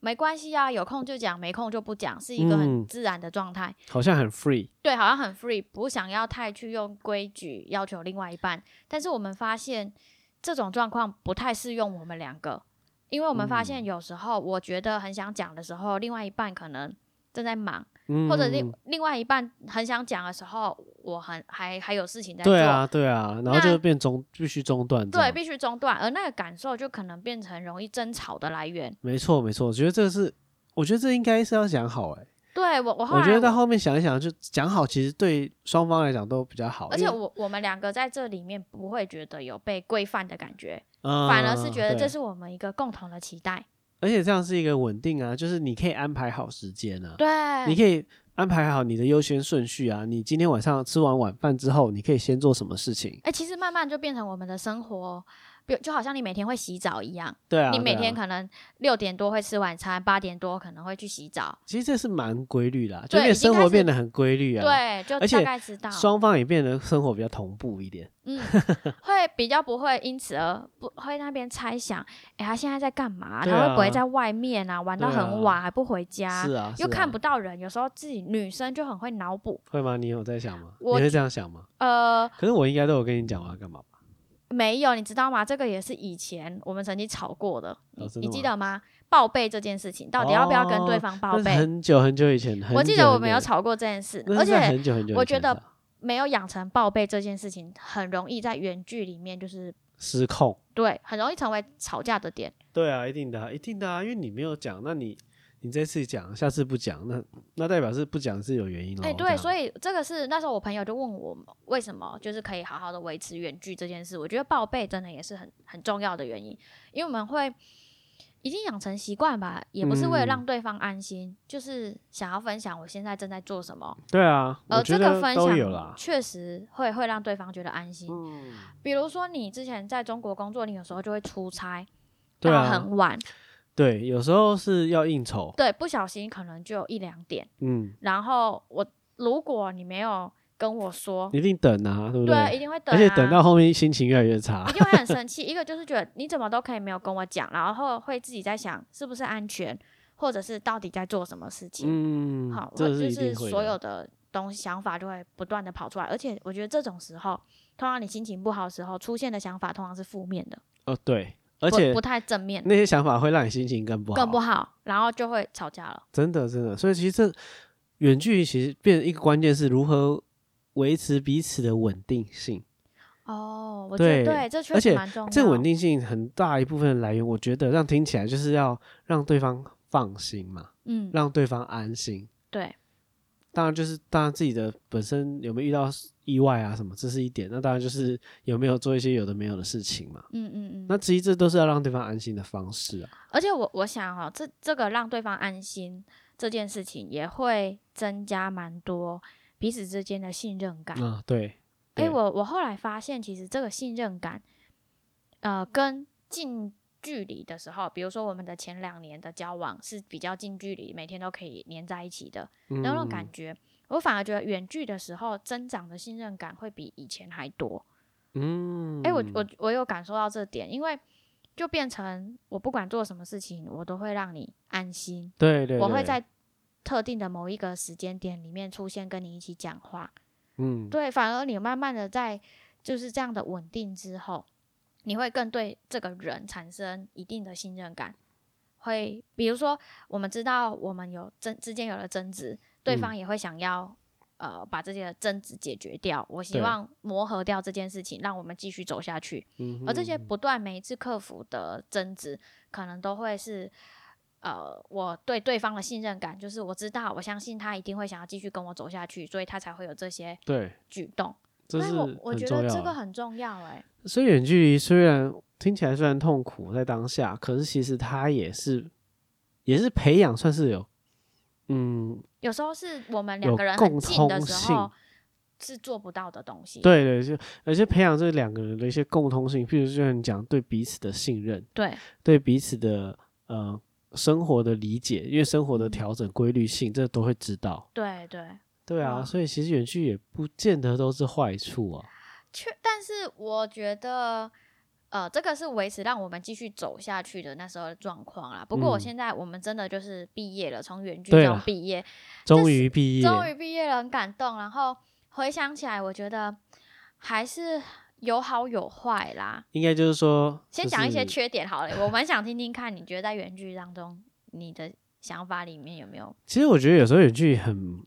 Speaker 2: 没关系啊，有空就讲，没空就不讲，是一个
Speaker 1: 嗯
Speaker 2: 很自然的状态。
Speaker 1: 好像很 free，
Speaker 2: 对，好像很 free，不想要太去用规矩要求另外一半。但是我们发现这种状况不太适用我们两个，因为我们发
Speaker 1: 嗯
Speaker 2: 现有时候我觉得很想讲的时候，另外一半可能正在忙，
Speaker 1: 嗯，
Speaker 2: 或者另另外一半很想讲的时候，我很还还有事情在做。
Speaker 1: 对啊对啊，然后
Speaker 2: 那
Speaker 1: 就变中必须中断这样，
Speaker 2: 对，必须中断，而那个感受就可能变成容易争吵的来源。
Speaker 1: 没错没错，我觉得这个是，我觉得这应该是要讲好哎、
Speaker 2: 对我，我后
Speaker 1: 我
Speaker 2: 来
Speaker 1: 觉得到后面想一想，就讲好，其实对双方来讲都比较好，
Speaker 2: 而
Speaker 1: 因
Speaker 2: 且
Speaker 1: 为、
Speaker 2: 我我们两个在这里面不会觉得有被规范的感觉，
Speaker 1: 嗯
Speaker 2: 反而是觉得
Speaker 1: 对
Speaker 2: 这是我们一个共同的期待。
Speaker 1: 而且这样是一个稳定啊，就是你可以安排好时间啊，
Speaker 2: 对，
Speaker 1: 你可以安排好你的优先顺序啊，你今天晚上吃完晚饭之后，你可以先做什么事情？
Speaker 2: 哎、其实慢慢就变成我们的生活，比如就好像你每天会洗澡一样，
Speaker 1: 对啊，
Speaker 2: 你每
Speaker 1: 对啊
Speaker 2: 天可能六点多会吃晚餐，八点多可能会去洗澡，
Speaker 1: 其实这是蛮规律的、啊，就
Speaker 2: 对
Speaker 1: 你的
Speaker 2: 已经
Speaker 1: 生
Speaker 2: 开
Speaker 1: 活
Speaker 2: 始
Speaker 1: 变得很规律啊，，
Speaker 2: 对，就
Speaker 1: 而且
Speaker 2: 大概知道，
Speaker 1: 双方也变得生活比较同步一点，
Speaker 2: 嗯，会比较不会因此而不会那边猜想，哎、他现在在干嘛？
Speaker 1: 对
Speaker 2: 他会不
Speaker 1: 啊
Speaker 2: 会在外面啊玩到
Speaker 1: 对啊
Speaker 2: 很晚、还不回家？
Speaker 1: 是啊，是
Speaker 2: 又
Speaker 1: 啊
Speaker 2: 看不到人，有时候自己女生就很会脑补，
Speaker 1: 会吗？你有在想吗？你
Speaker 2: 我
Speaker 1: 会这样想吗？
Speaker 2: 呃，
Speaker 1: 可是我应该都有跟你讲我要干嘛吧？
Speaker 2: 没有，你知道吗？这个也是以前我们曾经吵过的，
Speaker 1: 哦真的
Speaker 2: 你记
Speaker 1: 吗
Speaker 2: 得吗？报备这件事情，到底要不要跟
Speaker 1: 哦
Speaker 2: 对方报
Speaker 1: 那是
Speaker 2: 备？
Speaker 1: 很久很久以前，
Speaker 2: 我
Speaker 1: 很
Speaker 2: 记
Speaker 1: 久
Speaker 2: 得我
Speaker 1: 很
Speaker 2: 们
Speaker 1: 久
Speaker 2: 有
Speaker 1: 以前，
Speaker 2: 吵过这件事，
Speaker 1: 那
Speaker 2: 而
Speaker 1: 是在
Speaker 2: 且
Speaker 1: 很久很久以前的，
Speaker 2: 我觉得没有养成报备这件事情，很容易在远距里面就是
Speaker 1: 失控。
Speaker 2: 对，很容易成为吵架的点。
Speaker 1: 对啊，一定的啊、一定的啊，因为你没有讲，那你你这次讲，下次不讲，那那代表是不讲是有原因了。
Speaker 2: 哎、对，所
Speaker 1: 以
Speaker 2: 以这个是那时候我朋友就问我为什么就是可以好好的维持远距这件事，我觉得报备真的也是很很重要的原因，因为我们会已经养成习惯吧，也不是为了
Speaker 1: 嗯
Speaker 2: 让对方安心，就是想要分享我现在正在做什么，
Speaker 1: 对啊，我
Speaker 2: 而
Speaker 1: 觉
Speaker 2: 呃这
Speaker 1: 得
Speaker 2: 个分
Speaker 1: 都有啦
Speaker 2: 享。确实会会让对方觉得安心。
Speaker 1: 嗯，
Speaker 2: 比如说你之前在中国工作，你有时候就会出差
Speaker 1: 对
Speaker 2: 到
Speaker 1: 啊，
Speaker 2: 很晚，
Speaker 1: 对，有时候是要应酬，
Speaker 2: 对，不小心可能就一两点，
Speaker 1: 嗯，
Speaker 2: 然后我如果你没有跟我说，
Speaker 1: 一定等啊，对不
Speaker 2: 对，一定会等、
Speaker 1: 而
Speaker 2: 啊，
Speaker 1: 且等到后面心情越来越差
Speaker 2: 一，定会很生气。一个就是觉得你怎么都可以没有跟我讲，然后会自己在想是不是安全，或者是到底在做什么事情。
Speaker 1: 嗯
Speaker 2: 好，，我
Speaker 1: 这
Speaker 2: 就是
Speaker 1: 一定会的
Speaker 2: 所有的东西想法就会不断的跑出来，而且我觉得这种时候，通常你心情不好的时候出现的想法通常是负面的，
Speaker 1: 哦，对，而且
Speaker 2: 不不太正面，
Speaker 1: 那些想法会让你心情更不好，
Speaker 2: 更不好，然后就会吵架了。
Speaker 1: 真的真的，所以其实这远距离其实变一个关键是如何维持彼此的稳定性。
Speaker 2: 哦，我觉得
Speaker 1: 对
Speaker 2: 对，这确
Speaker 1: 而
Speaker 2: 实
Speaker 1: 且
Speaker 2: 蛮重要。
Speaker 1: 这稳定性很大一部分的来源，我觉得让听起来就是要让对方放心嘛，
Speaker 2: 嗯，
Speaker 1: 让对方安心。
Speaker 2: 对，
Speaker 1: 当然就是当然自己的本身有没有遇到意外啊什么，这是一点。那当然就是有没有做一些有的没有的事情嘛。
Speaker 2: 嗯嗯嗯。
Speaker 1: 那其实这都是要让对方安心的方式啊。
Speaker 2: 而且我我想哦，这这个让对方安心这件事情，也会增加蛮多彼此之间的信任感。
Speaker 1: 啊，对，
Speaker 2: 诶，
Speaker 1: 对
Speaker 2: 我我后来发现，其实这个信任感，呃，跟近距离的时候，比如说我们的前两年的交往是比较近距离，每天都可以黏在一起的
Speaker 1: 嗯
Speaker 2: 那种感觉。我反而觉得远距的时候，增长的信任感会比以前还多。
Speaker 1: 嗯，
Speaker 2: 哎、我我我有感受到这点，因为就变成我不管做什么事情，我都会让你安心，
Speaker 1: 对对，
Speaker 2: 我会
Speaker 1: 对
Speaker 2: 在特定的某一个时间点里面出现，跟你一起讲话。
Speaker 1: 嗯
Speaker 2: 对，反而你慢慢的在就是这样的稳定之后，你会更对这个人产生一定的信任感。会比如说，我们知道我们有争之间有了争执，对
Speaker 1: 嗯
Speaker 2: 方也会想要。呃，把这些争执解决掉，我希
Speaker 1: 对
Speaker 2: 望磨合掉这件事情，让我们继续走下去。
Speaker 1: 嗯哼，
Speaker 2: 而这些不断每一次克服的争执，可能都会是呃，我对对方的信任感，就是我知道，我相信他一定会想要继续跟我走下去，所以他才会有这些
Speaker 1: 对，
Speaker 2: 举动。
Speaker 1: 这
Speaker 2: 那
Speaker 1: 是
Speaker 2: 我我
Speaker 1: 很
Speaker 2: 觉
Speaker 1: 重
Speaker 2: 得
Speaker 1: 要啊
Speaker 2: 这个
Speaker 1: 的
Speaker 2: 很重要哎、
Speaker 1: 所以远距离虽然听起来虽然痛苦在当下，可是其实它也是也是培养，算是有嗯，
Speaker 2: 有时候是我们两
Speaker 1: 有
Speaker 2: 个人很
Speaker 1: 共
Speaker 2: 近的
Speaker 1: 通
Speaker 2: 时
Speaker 1: 性
Speaker 2: 候。是做不到的东西。
Speaker 1: 对对，就而且培养这两个人的一些共通性，譬如就像你讲对彼此的信任，
Speaker 2: 对
Speaker 1: 对彼此的呃生活的理解，因为生活的
Speaker 2: 嗯
Speaker 1: 调整规律性，这都会知道。
Speaker 2: 对对，
Speaker 1: 对啊，
Speaker 2: 哇
Speaker 1: 所以其实远距也不见得都是坏处啊。
Speaker 2: 确，但是我觉得，呃，这个是维持让我们继续走下去的那时候的状况啦。不过我
Speaker 1: 嗯
Speaker 2: 现在我们真的就是毕业了，从远距
Speaker 1: 对
Speaker 2: 中
Speaker 1: 啦
Speaker 2: 毕业，
Speaker 1: 终于毕业，
Speaker 2: 终于毕业了，很感动。然后回想起来，我觉得还是有好有坏啦。
Speaker 1: 应该就是说，
Speaker 2: 先
Speaker 1: 就
Speaker 2: 讲一些
Speaker 1: 是
Speaker 2: 缺点好了，我蛮想听听看，你觉得在原剧当中，你的想法里面有没有？
Speaker 1: 其实我觉得有时候远距很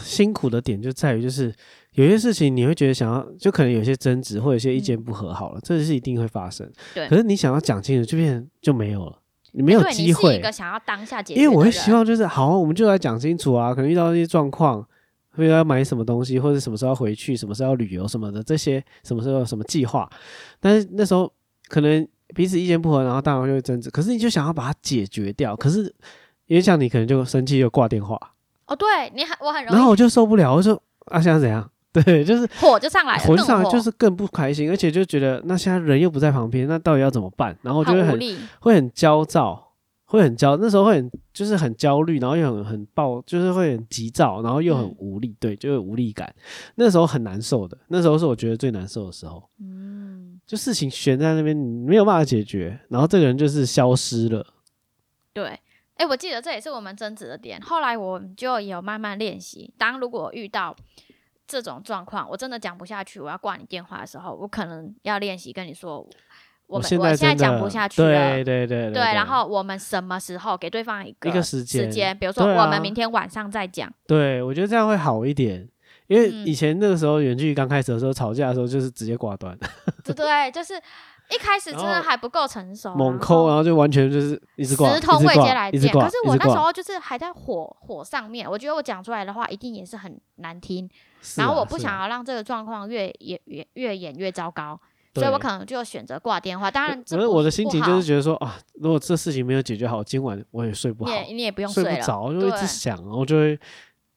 Speaker 1: 辛苦的点就在于，就是有些事情你会觉得想要，就可能有些争执或有些意见不合，好了，这是一定会发生。
Speaker 2: 嗯对
Speaker 1: 可是你想要讲清楚，就变成就没有了，你没有
Speaker 2: 对
Speaker 1: 机
Speaker 2: 你是
Speaker 1: 会
Speaker 2: 一个。想要当下解决
Speaker 1: 因
Speaker 2: 的
Speaker 1: 为
Speaker 2: 人，
Speaker 1: 我会希望就是好，我们就来讲清楚啊，可能遇到一些状况。比如要买什么东西，或者什么时候要回去，什么时候要旅游什么的，这些什么时候有什么计划？但是那时候可能彼此意见不合，然后当然就会争执。可是你就想要把它解决掉，可是因为像你可能就生气就挂电话，
Speaker 2: 哦，对你很我很
Speaker 1: 然后
Speaker 2: 容易
Speaker 1: 我就受不了，我就说啊，现在怎样？ 对，就是
Speaker 2: 火就上来了，
Speaker 1: 火就
Speaker 2: 更
Speaker 1: 上来
Speaker 2: 火
Speaker 1: 就是更不开心，而且就觉得那现在人又不在旁边，那到底要怎么办？然后就
Speaker 2: 好
Speaker 1: 会
Speaker 2: 无
Speaker 1: 很
Speaker 2: 力，
Speaker 1: 会很焦躁，会很焦，那时候会很就是很焦虑，然后又很很暴，就是会很急躁，然后又很
Speaker 2: 嗯
Speaker 1: 无力，对，就有无力感。那时候很难受的，那时候是我觉得最难受的时候，
Speaker 2: 嗯，
Speaker 1: 就事情悬在那边，你没有办法解决，然后这个人就是消失了。
Speaker 2: 对。哎，我记得这也是我们争执的点。后来我们就有慢慢练习，当如果遇到这种状况，我真的讲不下去，我要挂你电话的时候，我可能要练习跟你说，我们
Speaker 1: 现
Speaker 2: 我
Speaker 1: 在
Speaker 2: 现在
Speaker 1: 真的
Speaker 2: 讲不下去了，
Speaker 1: 对对对
Speaker 2: 对，然后我们什么时候给对方一个
Speaker 1: 一个时间
Speaker 2: 比如说
Speaker 1: 对
Speaker 2: 我
Speaker 1: 啊
Speaker 2: 们明天晚上 再讲，
Speaker 1: 对，我觉得这样会好一点，因为
Speaker 2: 嗯
Speaker 1: 以前那个时候远距离刚开始的时候，吵架的时候就是直接挂断，
Speaker 2: 对对，就是一开始真
Speaker 1: 然后
Speaker 2: 的还不够成熟，
Speaker 1: 猛抠，然
Speaker 2: 啊，
Speaker 1: 后就完全就是一直挂，
Speaker 2: 十通
Speaker 1: 一直
Speaker 2: 未
Speaker 1: 挂
Speaker 2: 接来
Speaker 1: 一直
Speaker 2: 电。
Speaker 1: 挂，
Speaker 2: 可是我
Speaker 1: 一直
Speaker 2: 那时
Speaker 1: 挂
Speaker 2: 候就是还在火火上面，我觉得我讲出来的话一定也是很难听，
Speaker 1: 是啊，
Speaker 2: 然后我不
Speaker 1: 是
Speaker 2: 想
Speaker 1: 啊，
Speaker 2: 要让这个状况越演越越演越糟糕，所以
Speaker 1: 对
Speaker 2: 我可能就选择挂电话。当然，这
Speaker 1: 可是
Speaker 2: 不
Speaker 1: 我的
Speaker 2: 不
Speaker 1: 心情
Speaker 2: 好
Speaker 1: 就是觉得说啊，如果这事情没有解决好，今晚我也睡不
Speaker 2: 你
Speaker 1: 好，
Speaker 2: 也你也不用
Speaker 1: 睡
Speaker 2: 了，
Speaker 1: 不着，就会一直
Speaker 2: 对
Speaker 1: 想，然后就会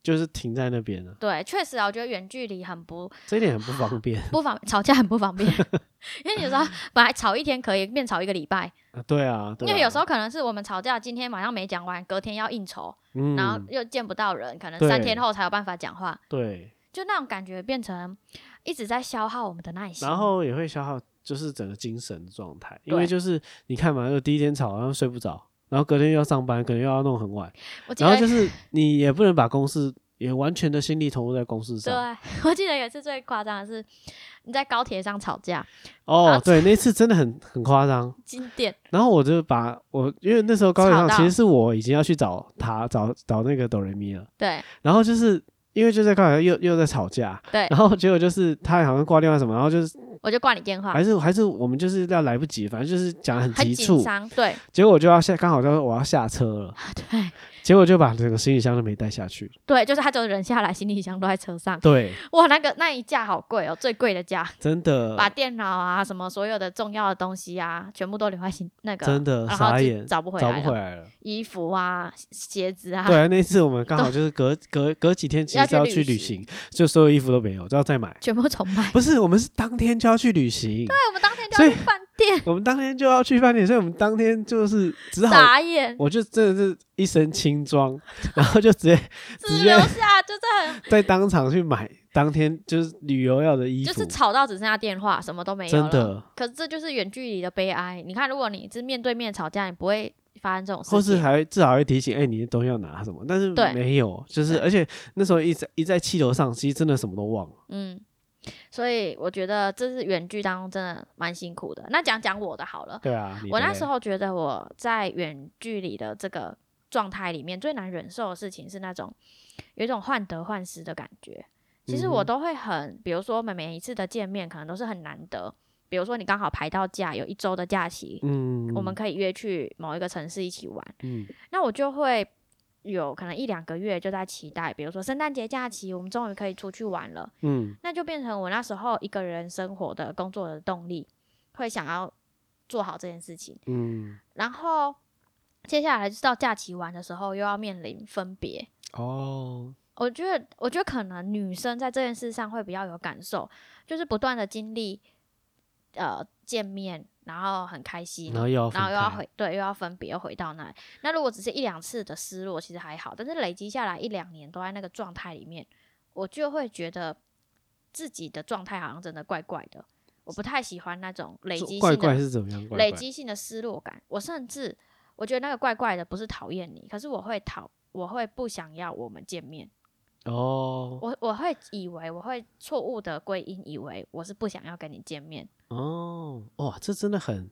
Speaker 1: 就是停在那边了，
Speaker 2: 对，确实啊，我觉得远距离很不
Speaker 1: 这一点很不方便
Speaker 2: 不方吵架很不方便， 因为有时 候本来吵一天可以，变吵一个礼拜，
Speaker 1: 啊。对啊，对
Speaker 2: 因为
Speaker 1: 啊
Speaker 2: 有时候可能是我们吵架，今天晚上没讲完，隔天要应酬，
Speaker 1: 嗯，
Speaker 2: 然后又见不到人，可能三天
Speaker 1: 对
Speaker 2: 后才有办法讲话，
Speaker 1: 对，
Speaker 2: 就那种感觉变成一直在消耗我们的耐心。
Speaker 1: 然后也会消耗就是整个精神状态，因为
Speaker 2: 对
Speaker 1: 就是你看嘛，就第一天吵，然后睡不着，然后隔天又要上班，可能又要弄很晚，
Speaker 2: 我记
Speaker 1: 然后就
Speaker 2: 得
Speaker 1: 是你也不能把公司也完全的心力投入在公司上。
Speaker 2: 对， 我记得有一次最夸张的是你在高铁上吵架，
Speaker 1: 哦
Speaker 2: 啊，
Speaker 1: 对，那次真的很很夸张。
Speaker 2: 经典
Speaker 1: 然后我就把我，因为那时候高铁
Speaker 2: 吵
Speaker 1: 上
Speaker 2: 到
Speaker 1: 其实是我已经要去找他，找找那个哆瑞咪了。
Speaker 2: 对
Speaker 1: 然后就是因为就在高铁上又又在吵架，
Speaker 2: 对
Speaker 1: 然，后结果就是他好像挂电话什么，然后就是
Speaker 2: 我就挂你电话
Speaker 1: 还，是还是我们就是要来不及，反正就是讲得很
Speaker 2: 很
Speaker 1: 急
Speaker 2: 紧
Speaker 1: 促，
Speaker 2: 张，对
Speaker 1: 结果我就要下，刚好就是我要下车了，
Speaker 2: 对
Speaker 1: 结果就把整个行李箱都没带下去。
Speaker 2: 对，就是他就人下来，行李箱都在车上，
Speaker 1: 对，
Speaker 2: 哇，那个那一架好贵哦，最贵的架。
Speaker 1: 真的，
Speaker 2: 把电脑啊什么所有的重要的东西啊，全部都留在行那个，
Speaker 1: 真的
Speaker 2: 然后
Speaker 1: 傻
Speaker 2: 就
Speaker 1: 眼，
Speaker 2: 找不回
Speaker 1: 找
Speaker 2: 来
Speaker 1: 不
Speaker 2: 了，
Speaker 1: 回来了。
Speaker 2: 衣服啊、鞋子啊，
Speaker 1: 对啊，那一次我 们刚好就是隔隔隔几天，其
Speaker 2: 要
Speaker 1: 实
Speaker 2: 去
Speaker 1: 就要
Speaker 2: 旅
Speaker 1: 去旅
Speaker 2: 行
Speaker 1: 行，就所有衣服都没有，就要再买。
Speaker 2: 全部重 买。
Speaker 1: 不是，我们是当天就要去旅行，
Speaker 2: 对，我们当天就
Speaker 1: 所以
Speaker 2: 要去饭 店，
Speaker 1: 我们当天就要去饭店，所以我们当天就是只好，
Speaker 2: 傻眼，
Speaker 1: 我就真的是一身轻装， 然后就直接直
Speaker 2: 只
Speaker 1: 接
Speaker 2: 留下就是很
Speaker 1: 在当场去买当天就是旅游要的衣
Speaker 2: 就
Speaker 1: 服
Speaker 2: 是，吵到只剩下电话，什么都没有
Speaker 1: 真
Speaker 2: 了。
Speaker 1: 的，
Speaker 2: 可是这就是远距离的悲哀。你看，如果你是面对面吵架，你不会发生这种
Speaker 1: 或
Speaker 2: 事
Speaker 1: 是
Speaker 2: 情。
Speaker 1: 还会至少会提醒，哎、你的东西要拿什么，但是
Speaker 2: 对
Speaker 1: 没有，就是
Speaker 2: 对
Speaker 1: 而且那时候一在一在气头上，其实真的什么都忘了。
Speaker 2: 嗯，所以我觉得这是远距当中真的蛮辛苦的。那讲讲我的好了。
Speaker 1: 对啊，你
Speaker 2: 我
Speaker 1: 的
Speaker 2: 那
Speaker 1: 嘞
Speaker 2: 时候觉得我在远距离的这个状态里面，最难忍受的事情是那种有一种患得患失的感觉。其实
Speaker 1: 嗯
Speaker 2: 我
Speaker 1: 哼
Speaker 2: 都会很，比如说我们每一次的见面，可能都是很难得，比如说你刚好排到假，有一周的假期，
Speaker 1: 嗯，
Speaker 2: 我们可以约去某一个城市一起玩，
Speaker 1: 嗯
Speaker 2: 那我就会有可能一两个月就在期待，比如说圣诞节假期，我们终于可以出去玩了，
Speaker 1: 嗯
Speaker 2: 那就变成我那时候一个人生活的工作的动力，会想要做好这件事情。
Speaker 1: 嗯，
Speaker 2: 然后接下来就是到假期玩的时候，又要面临分别。
Speaker 1: 哦，
Speaker 2: 我觉得，我觉得可能女生在这件事上会比较有感受，就是不断的经历，呃，见面，然后很开心
Speaker 1: 然，后又要
Speaker 2: 嗯然后
Speaker 1: 分
Speaker 2: 又要
Speaker 1: 开
Speaker 2: 回，对，又要分别，又回到那里。那如果只是一两次的失落，其实还好，但是累积下来一两年都在那个状态里面，我就会觉得自己的状态好像真的怪怪的。我不太喜欢那种累积性
Speaker 1: 怪
Speaker 2: 的
Speaker 1: 怪是怎么样？怪
Speaker 2: 累
Speaker 1: 怪
Speaker 2: 积性的失落感。我甚至我觉得那个怪怪的，不是讨厌你，可是我会讨，我会不想要我们见面。
Speaker 1: 哦
Speaker 2: 我我会以为我会错误的归因，以为我是不想要跟你见面，
Speaker 1: 哦哇，这真的很，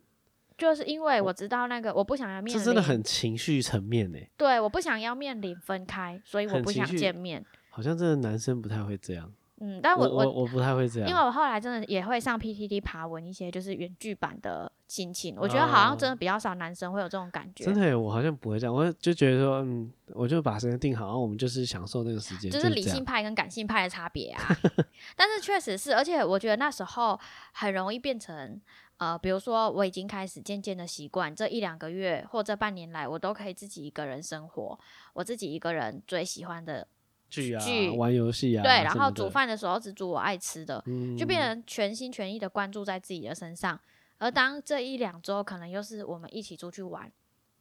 Speaker 2: 就是因为我知道那个我不想要面
Speaker 1: 这
Speaker 2: 临，
Speaker 1: 哦真的很情绪层面呢，
Speaker 2: 对，我不想要面临分开，所以我
Speaker 1: 很
Speaker 2: 不
Speaker 1: 情
Speaker 2: 想
Speaker 1: 绪
Speaker 2: 见面。
Speaker 1: 好像真的男生不太会这样，
Speaker 2: 嗯，但
Speaker 1: 我
Speaker 2: 我
Speaker 1: 我不太会这样，
Speaker 2: 因为我后来真的也会上 PTT 爬文一些就是原剧版的心情，我觉得好像真的比较少男生会有这种感觉，
Speaker 1: 哦真的耶，我好像不会这样，我就觉得说，嗯，我就把时间定好，然后我们就是享受那个时间，
Speaker 2: 就
Speaker 1: 就是
Speaker 2: 理
Speaker 1: 这样
Speaker 2: 性派跟感性派的差别 啊。 但是确实是，而且我觉得那时候很容易变成，呃，比如说我已经开始渐渐的习惯，这一两个月或这半年来，我都可以自己一个人生活，我自己一个人追喜欢的，
Speaker 1: 剧啊
Speaker 2: 剧、
Speaker 1: 玩游戏啊，
Speaker 2: 对，
Speaker 1: 什
Speaker 2: 然
Speaker 1: 么
Speaker 2: 后
Speaker 1: 的
Speaker 2: 煮，饭的时候只煮我爱吃的，
Speaker 1: 嗯
Speaker 2: 就变成全心全意的关注在自己的身上。而当这一两周可能又是我们一起出去玩，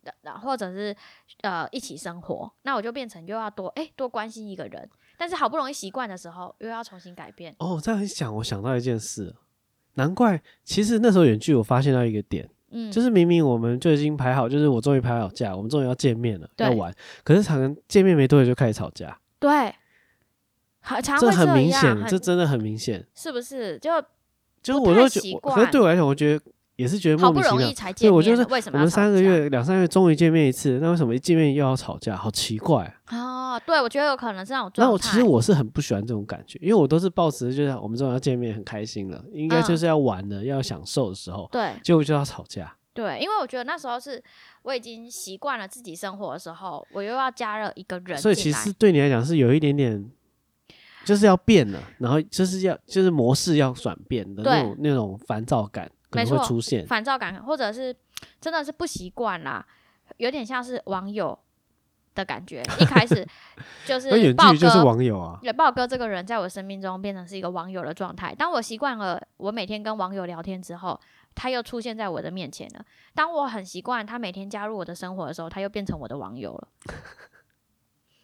Speaker 2: 然然或者是呃一起生活，那我就变成又要多哎、多关心一个人。但是好不容易习惯的时候，又要重新改变。
Speaker 1: 哦，这样一想，我想到一件事，难怪其实那时候远距，我发现到一个点，
Speaker 2: 嗯，
Speaker 1: 就是明明我们就已经排好，就是我终于排好假，我们终于要见面了，
Speaker 2: 对
Speaker 1: 要玩，可是常常见面没多久就开始吵架，
Speaker 2: 对，很常
Speaker 1: 这
Speaker 2: 会
Speaker 1: 很明
Speaker 2: 样，
Speaker 1: 显，
Speaker 2: 很
Speaker 1: 这真的很明显，
Speaker 2: 是不是？就
Speaker 1: 就是
Speaker 2: 不
Speaker 1: 我
Speaker 2: 太
Speaker 1: 都觉
Speaker 2: 习
Speaker 1: 我
Speaker 2: 惯
Speaker 1: 可是对我来讲，我觉得也是觉得
Speaker 2: 好
Speaker 1: 莫
Speaker 2: 不
Speaker 1: 名其
Speaker 2: 容
Speaker 1: 妙
Speaker 2: 易。才
Speaker 1: 对
Speaker 2: 见
Speaker 1: 我
Speaker 2: 面，
Speaker 1: 就是
Speaker 2: 为什么
Speaker 1: 我
Speaker 2: 要
Speaker 1: 们
Speaker 2: 吵
Speaker 1: 三个
Speaker 2: 架
Speaker 1: 月、两三个月终于见面一次，那为什么一见面又要吵架？好奇怪、啊！
Speaker 2: 哦，对，我觉得有可能是那种
Speaker 1: 那
Speaker 2: 状态。
Speaker 1: 我其实我是很不喜欢这种感觉，因为我都是抱持就是我们终于要见面，很开心了，应该
Speaker 2: 嗯
Speaker 1: 就是要玩了，要享受的时候，
Speaker 2: 对
Speaker 1: 结果就要吵架。
Speaker 2: 对，因为我觉得那时候是我已经习惯了自己生活的时候，我又要加了一个人进来，
Speaker 1: 所以其实对你来讲是有一点点，就是要变了，然后就是要就是模式要转变的那
Speaker 2: 对
Speaker 1: 种那种烦躁感可
Speaker 2: 没
Speaker 1: 能会
Speaker 2: 错
Speaker 1: 出现。
Speaker 2: 烦躁感，或者是真的是不习惯啦，有点像是网友的感觉。一开始 就是
Speaker 1: 那远距
Speaker 2: 豹
Speaker 1: 离就是
Speaker 2: 哥，
Speaker 1: 网友啊，
Speaker 2: 对豹哥这个人在我生命中变成是一个网友的状态。当我习惯了我每天跟网友聊天之后，他又出现在我的面前了。当我很习惯他每天加入我的生活的时候，他又变成我的网友了。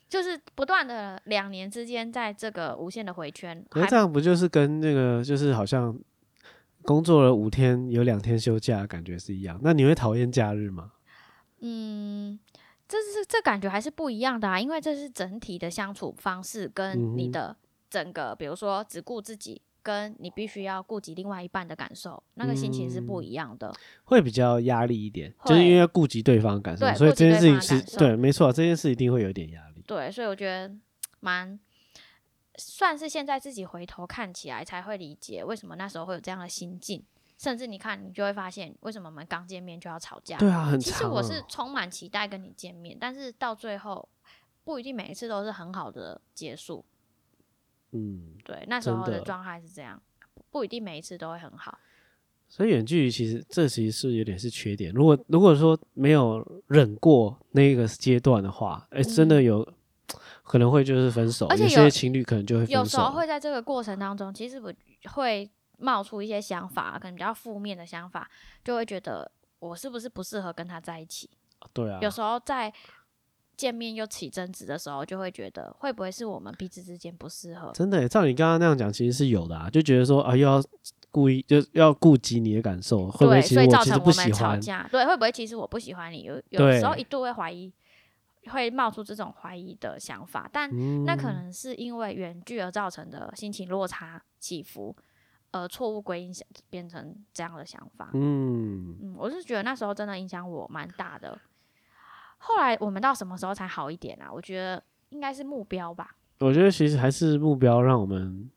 Speaker 2: 就是不断的两年之间，在这个无限的回圈，
Speaker 1: 可是
Speaker 2: 还
Speaker 1: 这样不就是跟那个就是好像工作了五天有两天休假的感觉是一样？那你会讨厌假日吗？
Speaker 2: 嗯，这是这感觉还是不一样的啊，因为这是整体的相处方式跟
Speaker 1: 嗯
Speaker 2: 你
Speaker 1: 哼
Speaker 2: 的整个，比如说只顾自己，跟你必须要顾及另外一半的感受，那个心情是
Speaker 1: 嗯
Speaker 2: 不一样的。
Speaker 1: 会比较压力一点，就是因为
Speaker 2: 会
Speaker 1: 要顾及对方的感受，
Speaker 2: 对
Speaker 1: 所以
Speaker 2: 顾及
Speaker 1: 这件事
Speaker 2: 对
Speaker 1: 情
Speaker 2: 方的
Speaker 1: 是
Speaker 2: 感受
Speaker 1: 对，没错，这件事一定会有点压力。
Speaker 2: 对，所以我觉得蛮算是现在自己回头看起来才会理解为什么那时候会有这样的心境，甚至你看你就会发现为什么我们刚见面就要吵架。
Speaker 1: 对啊，很
Speaker 2: 其实
Speaker 1: 长、啊。
Speaker 2: 我是充满期待跟你见面，但是到最后不一定每一次都是很好的结束。
Speaker 1: 嗯，
Speaker 2: 对，那时候
Speaker 1: 真的
Speaker 2: 的状态是这样，不不一定每一次都会很好。
Speaker 1: 所以远距离其实这其实是有点是缺点。如果如果说没有忍过那个阶段的话，哎、真的有、可能会就是分手，
Speaker 2: 嗯而且
Speaker 1: 有些
Speaker 2: 有
Speaker 1: 情侣可能就会
Speaker 2: 有
Speaker 1: 分
Speaker 2: 时
Speaker 1: 手
Speaker 2: 候
Speaker 1: 了。
Speaker 2: 会在这个过程当中，其实我会冒出一些想法，可能比较负面的想法，就会觉得我是不是不适合跟他在一起。
Speaker 1: 对啊，
Speaker 2: 有时候在见面又起争执的时候，就会觉得会不会是我们彼此之间不适合？
Speaker 1: 真的耶，欸照你刚刚那样讲，其实是有的啊，就觉得说啊，又要故意就要顾及你的感受，会不会
Speaker 2: 对，
Speaker 1: 其
Speaker 2: 所
Speaker 1: 实
Speaker 2: 以造
Speaker 1: 其
Speaker 2: 成
Speaker 1: 实不喜
Speaker 2: 们吵
Speaker 1: 欢？
Speaker 2: 架。对，会不会其实我不喜欢你？有有
Speaker 1: 对
Speaker 2: 时候一度会怀疑，会冒出这种怀疑的想法，但
Speaker 1: 嗯，
Speaker 2: 那可能是因为远距而造成的心情落差起伏，呃，错误归因想变成这样的想法。
Speaker 1: 嗯，
Speaker 2: 嗯，我是觉得那时候真的影响我蛮大的。后来我们到什么时候才好一点啊？我觉得应该是目标吧。
Speaker 1: 我觉得其实还是目标让我们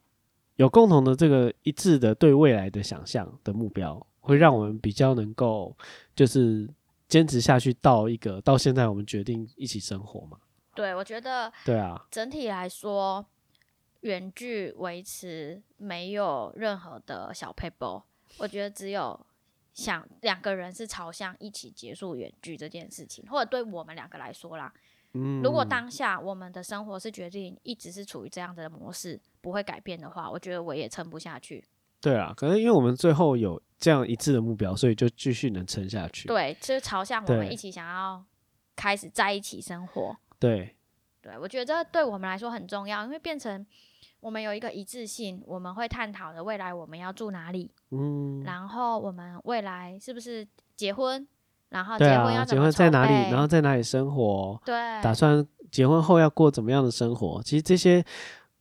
Speaker 1: 有共同的这个一致的对未来的想象的目标，会让我们比较能够就是坚持下去到一个到现在我们决定一起生活嘛。
Speaker 2: 对，我觉得
Speaker 1: 对啊，
Speaker 2: 整体来说，远距维持没有任何的小 paper，我觉得只有想两个人是朝向一起结束远距这件事情，或者对我们两个来说啦，
Speaker 1: 嗯，
Speaker 2: 如果当下我们的生活是决定一直是处于这样的模式，不会改变的话，我觉得我也撑不下去。
Speaker 1: 对啊，可能因为我们最后有这样一致的目标，所以就继续能撑下去。
Speaker 2: 对，就是朝向我们
Speaker 1: 对
Speaker 2: 一起想要开始在一起生活。
Speaker 1: 对
Speaker 2: 对，我觉得这对我们来说很重要，因为变成我们有一个一致性，我们会探讨的未来我们要住哪里，
Speaker 1: 嗯，
Speaker 2: 然后我们未来是不是结婚，然后结
Speaker 1: 对
Speaker 2: 婚要
Speaker 1: 啊，
Speaker 2: 怎
Speaker 1: 结
Speaker 2: 么、
Speaker 1: 婚在哪里，然后在哪里生活，
Speaker 2: 对
Speaker 1: 打算结婚后要过怎么样的生活？其实这些，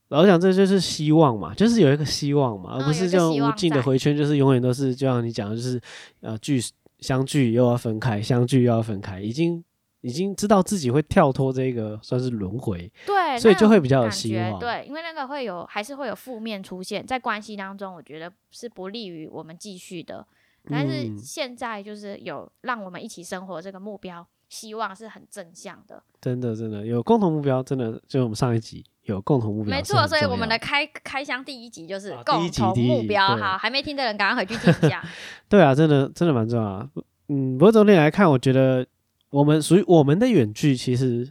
Speaker 1: 老实讲，这就是希望嘛，就是有一个希望嘛，
Speaker 2: 嗯
Speaker 1: 而不是这
Speaker 2: 有一个希
Speaker 1: 样
Speaker 2: 望
Speaker 1: 无尽的
Speaker 2: 在
Speaker 1: 回圈，就是永远都是就像你讲的，就是呃聚相聚又要分开，相聚又要分开，已经已经知道自己会跳脱这个算是轮回，
Speaker 2: 对，
Speaker 1: 所以
Speaker 2: 那
Speaker 1: 就会比较有
Speaker 2: 感
Speaker 1: 希
Speaker 2: 觉
Speaker 1: 望。
Speaker 2: 对，因为那个会有还是会有负面出现在关系当中，我觉得是不利于我们继续的。但是
Speaker 1: 嗯
Speaker 2: 现在就是有让我们一起生活这个目标，希望是很正向的。
Speaker 1: 真的真的有共同目标，真的就我们上一集有共同目标
Speaker 2: 没
Speaker 1: 是
Speaker 2: 错，
Speaker 1: 很重要，
Speaker 2: 所以我们的开开箱第一集就是
Speaker 1: 啊第一
Speaker 2: 共
Speaker 1: 集
Speaker 2: 同
Speaker 1: 第一
Speaker 2: 目
Speaker 1: 集
Speaker 2: 标。
Speaker 1: 对
Speaker 2: 好，还没听的人赶快回去听一下。
Speaker 1: 对啊，真的真的蛮重要啊。嗯，不过总体来看，我觉得我们属于我们的远距，其实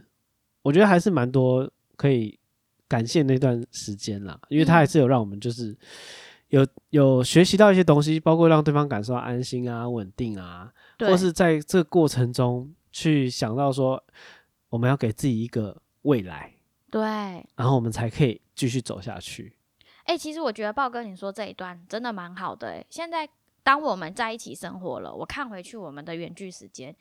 Speaker 1: 我觉得还是蛮多可以感谢那段时间啦，因为它还
Speaker 2: 嗯
Speaker 1: 是有让我们就是有有学习到一些东西，包括让对方感受到安心啊、稳定啊，
Speaker 2: 对，
Speaker 1: 或是在这个过程中去想到说我们要给自己一个未来，
Speaker 2: 对，哎、
Speaker 1: 然后我们才可以继续走下去。
Speaker 2: 其实我觉得豹哥你说这一段真的蛮好的、欸。现在当我们在一起生活了，我看回去我们的远距时间，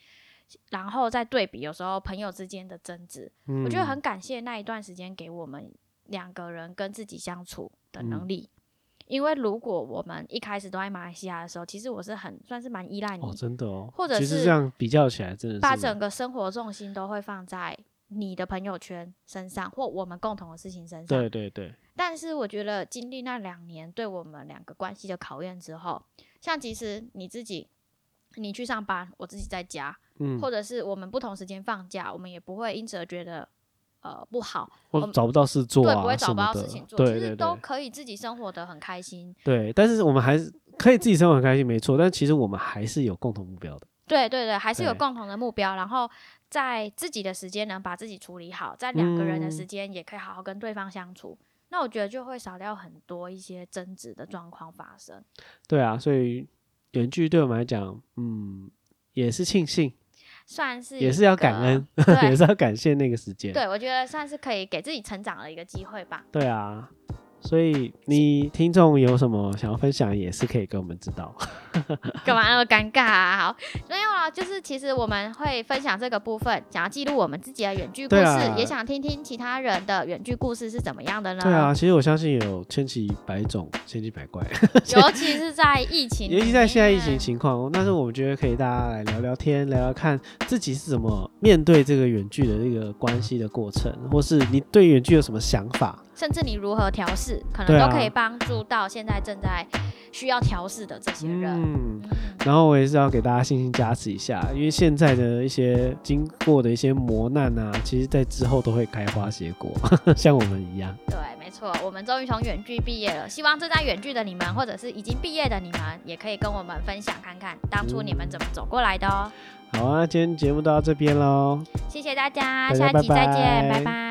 Speaker 2: 然后再对比有时候朋友之间的争执，
Speaker 1: 嗯，
Speaker 2: 我觉得很感谢那一段时间给我们两个人跟自己相处的
Speaker 1: 嗯
Speaker 2: 能力。因为如果我们一开始都在马来西亚的时候，其实我是很算是蛮依赖你
Speaker 1: 哦，真的哦，
Speaker 2: 或者
Speaker 1: 其实
Speaker 2: 是
Speaker 1: 这样比较起来，真的是
Speaker 2: 把
Speaker 1: 蛮
Speaker 2: 整个生活重心都会放在你的朋友圈身上，或我们共同的事情身上。
Speaker 1: 对对对。
Speaker 2: 但是我觉得经历那两年对我们两个关系的考验之后，像其实你自己，你去上班，我自己在家，
Speaker 1: 嗯，
Speaker 2: 或者是我们不同时间放假，我们也不会因此而觉得呃不好，
Speaker 1: 或
Speaker 2: 我
Speaker 1: 者
Speaker 2: 们
Speaker 1: 找不到事做
Speaker 2: 对，
Speaker 1: 啊，
Speaker 2: 不会找
Speaker 1: 什
Speaker 2: 不
Speaker 1: 么
Speaker 2: 到
Speaker 1: 的
Speaker 2: 事情做，
Speaker 1: 对
Speaker 2: 其
Speaker 1: 对
Speaker 2: 实都
Speaker 1: 对
Speaker 2: 可以自己生活的很开心。
Speaker 1: 对，但是我们还是可以自己生活很开心，没错。但其实我们还是有共同目标的，
Speaker 2: 对对对，还是有
Speaker 1: 对
Speaker 2: 共同的目标，然后在自己的时间能把自己处理好，在两个人的
Speaker 1: 嗯
Speaker 2: 时间也可以好好跟对方相处。那我觉得就会少掉很多一些争执的状况发生。
Speaker 1: 对啊。所以远距对我们来讲，嗯，也是庆幸，
Speaker 2: 算是
Speaker 1: 也
Speaker 2: 一
Speaker 1: 是要
Speaker 2: 个
Speaker 1: 感恩，也
Speaker 2: 对
Speaker 1: 是要感谢那个时间。
Speaker 2: 对，我觉得算是可以给自己成长的一个机会吧。
Speaker 1: 对啊，所以你听众有什么想要分享，也是可以给我们知道。
Speaker 2: 干嘛那么尴尬啊？好，没有啦，就是其实我们会分享这个部分，想要记录我们自己的远距故
Speaker 1: 对
Speaker 2: 事，
Speaker 1: 啊
Speaker 2: 也想听听其他人的远距故事是怎么样的呢？
Speaker 1: 对啊，其实我相信有千奇百种、千奇百怪，
Speaker 2: 尤其是在疫情 里
Speaker 1: 尤
Speaker 2: 面，
Speaker 1: 其在现在疫情情况，但是我们觉得可以大家来聊聊天，聊聊看自己是怎么面对这个远距的这个关系的过程，或是你对远距有什么想法？
Speaker 2: 甚至你如何调试，可能
Speaker 1: 对啊
Speaker 2: 都可以帮助到现在正在需要调试的这些人。
Speaker 1: 嗯，
Speaker 2: 嗯
Speaker 1: 然后我也是要给大家信心加持一下，因为现在的一些经过的一些磨难啊，其实在之后都会开花结果， 像我们一样。
Speaker 2: 对，没错，我们终于从远距毕业了。希望正在远距的你们，或者是已经毕业的你们，也可以跟我们分享看看当初你们怎么走过来的哦。
Speaker 1: 好啊，今天节目到这边喽。
Speaker 2: 谢谢大家，
Speaker 1: 大家
Speaker 2: 下一集再见，
Speaker 1: 拜拜
Speaker 2: 拜拜